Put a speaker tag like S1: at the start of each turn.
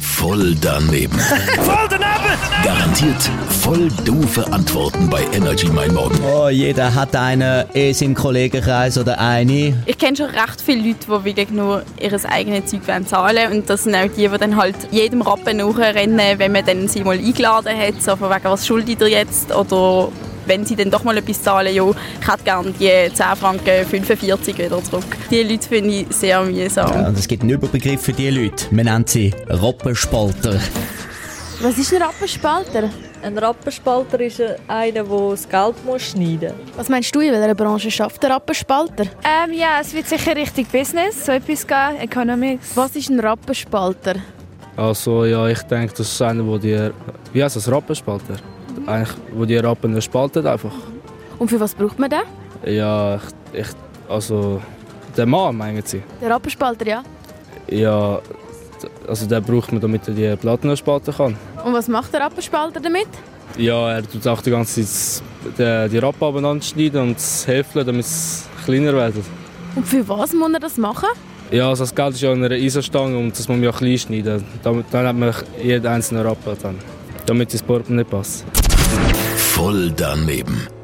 S1: Voll daneben. Garantiert voll doofe Antworten bei Energy Mein Morgen.
S2: Oh, jeder hat einen, es im Kollegenkreis oder eine.
S3: Ich kenne schon recht viele Leute, die wirklich nur ihr eigenes Zeug wollen zahlen Und das sind auch die, die dann halt jedem Rappen nachrennen, wenn man dann sie mal eingeladen hat. So von wegen, was schuldet ihr jetzt? Oder wenn sie dann doch mal etwas zahlen, ja, ich hätte gerne die 10 Franken 45 wieder zurück. Die Leute finde ich sehr mühsam.
S2: Und es gibt einen Überbegriff für diese Leute. Man nennt sie Rappenspalter.
S4: Was ist ein Rappenspalter?
S5: Ein Rappenspalter ist einer, der das Geld muss schneiden
S4: Was meinst du, in welcher Branche schafft der Rappenspalter?
S6: Ähm, ja, es wird sicher richtig Business, so etwas geben, Economics.
S4: Was ist ein Rappenspalter?
S7: Also ja, ich denke, das ist einer, wo die, wie heißt das, Rappenspalter? Eigentlich, wo die Rappen spaltet einfach.
S4: Mhm. Und für was braucht man den?
S7: Ja, ich, ich also der Mann meinen sie.
S4: Der Rappenspalter, ja.
S7: Ja, d- also den braucht man, damit er die Platten spalten kann.
S4: Und was macht der Rappenspalter damit?
S7: Ja, er tut auch die ganze Zeit die, die Rappen aneinander schneiden und es häfeln, damit es kleiner werden.
S4: Und für was muss er das machen?
S7: Ja, also das Geld ist ja an einer Eisenstange und das muss man ja klein schneiden. Damit, dann hat man jeden einzelnen Rappen dann, damit das Portemonnaie nicht passt.
S1: Voll daneben.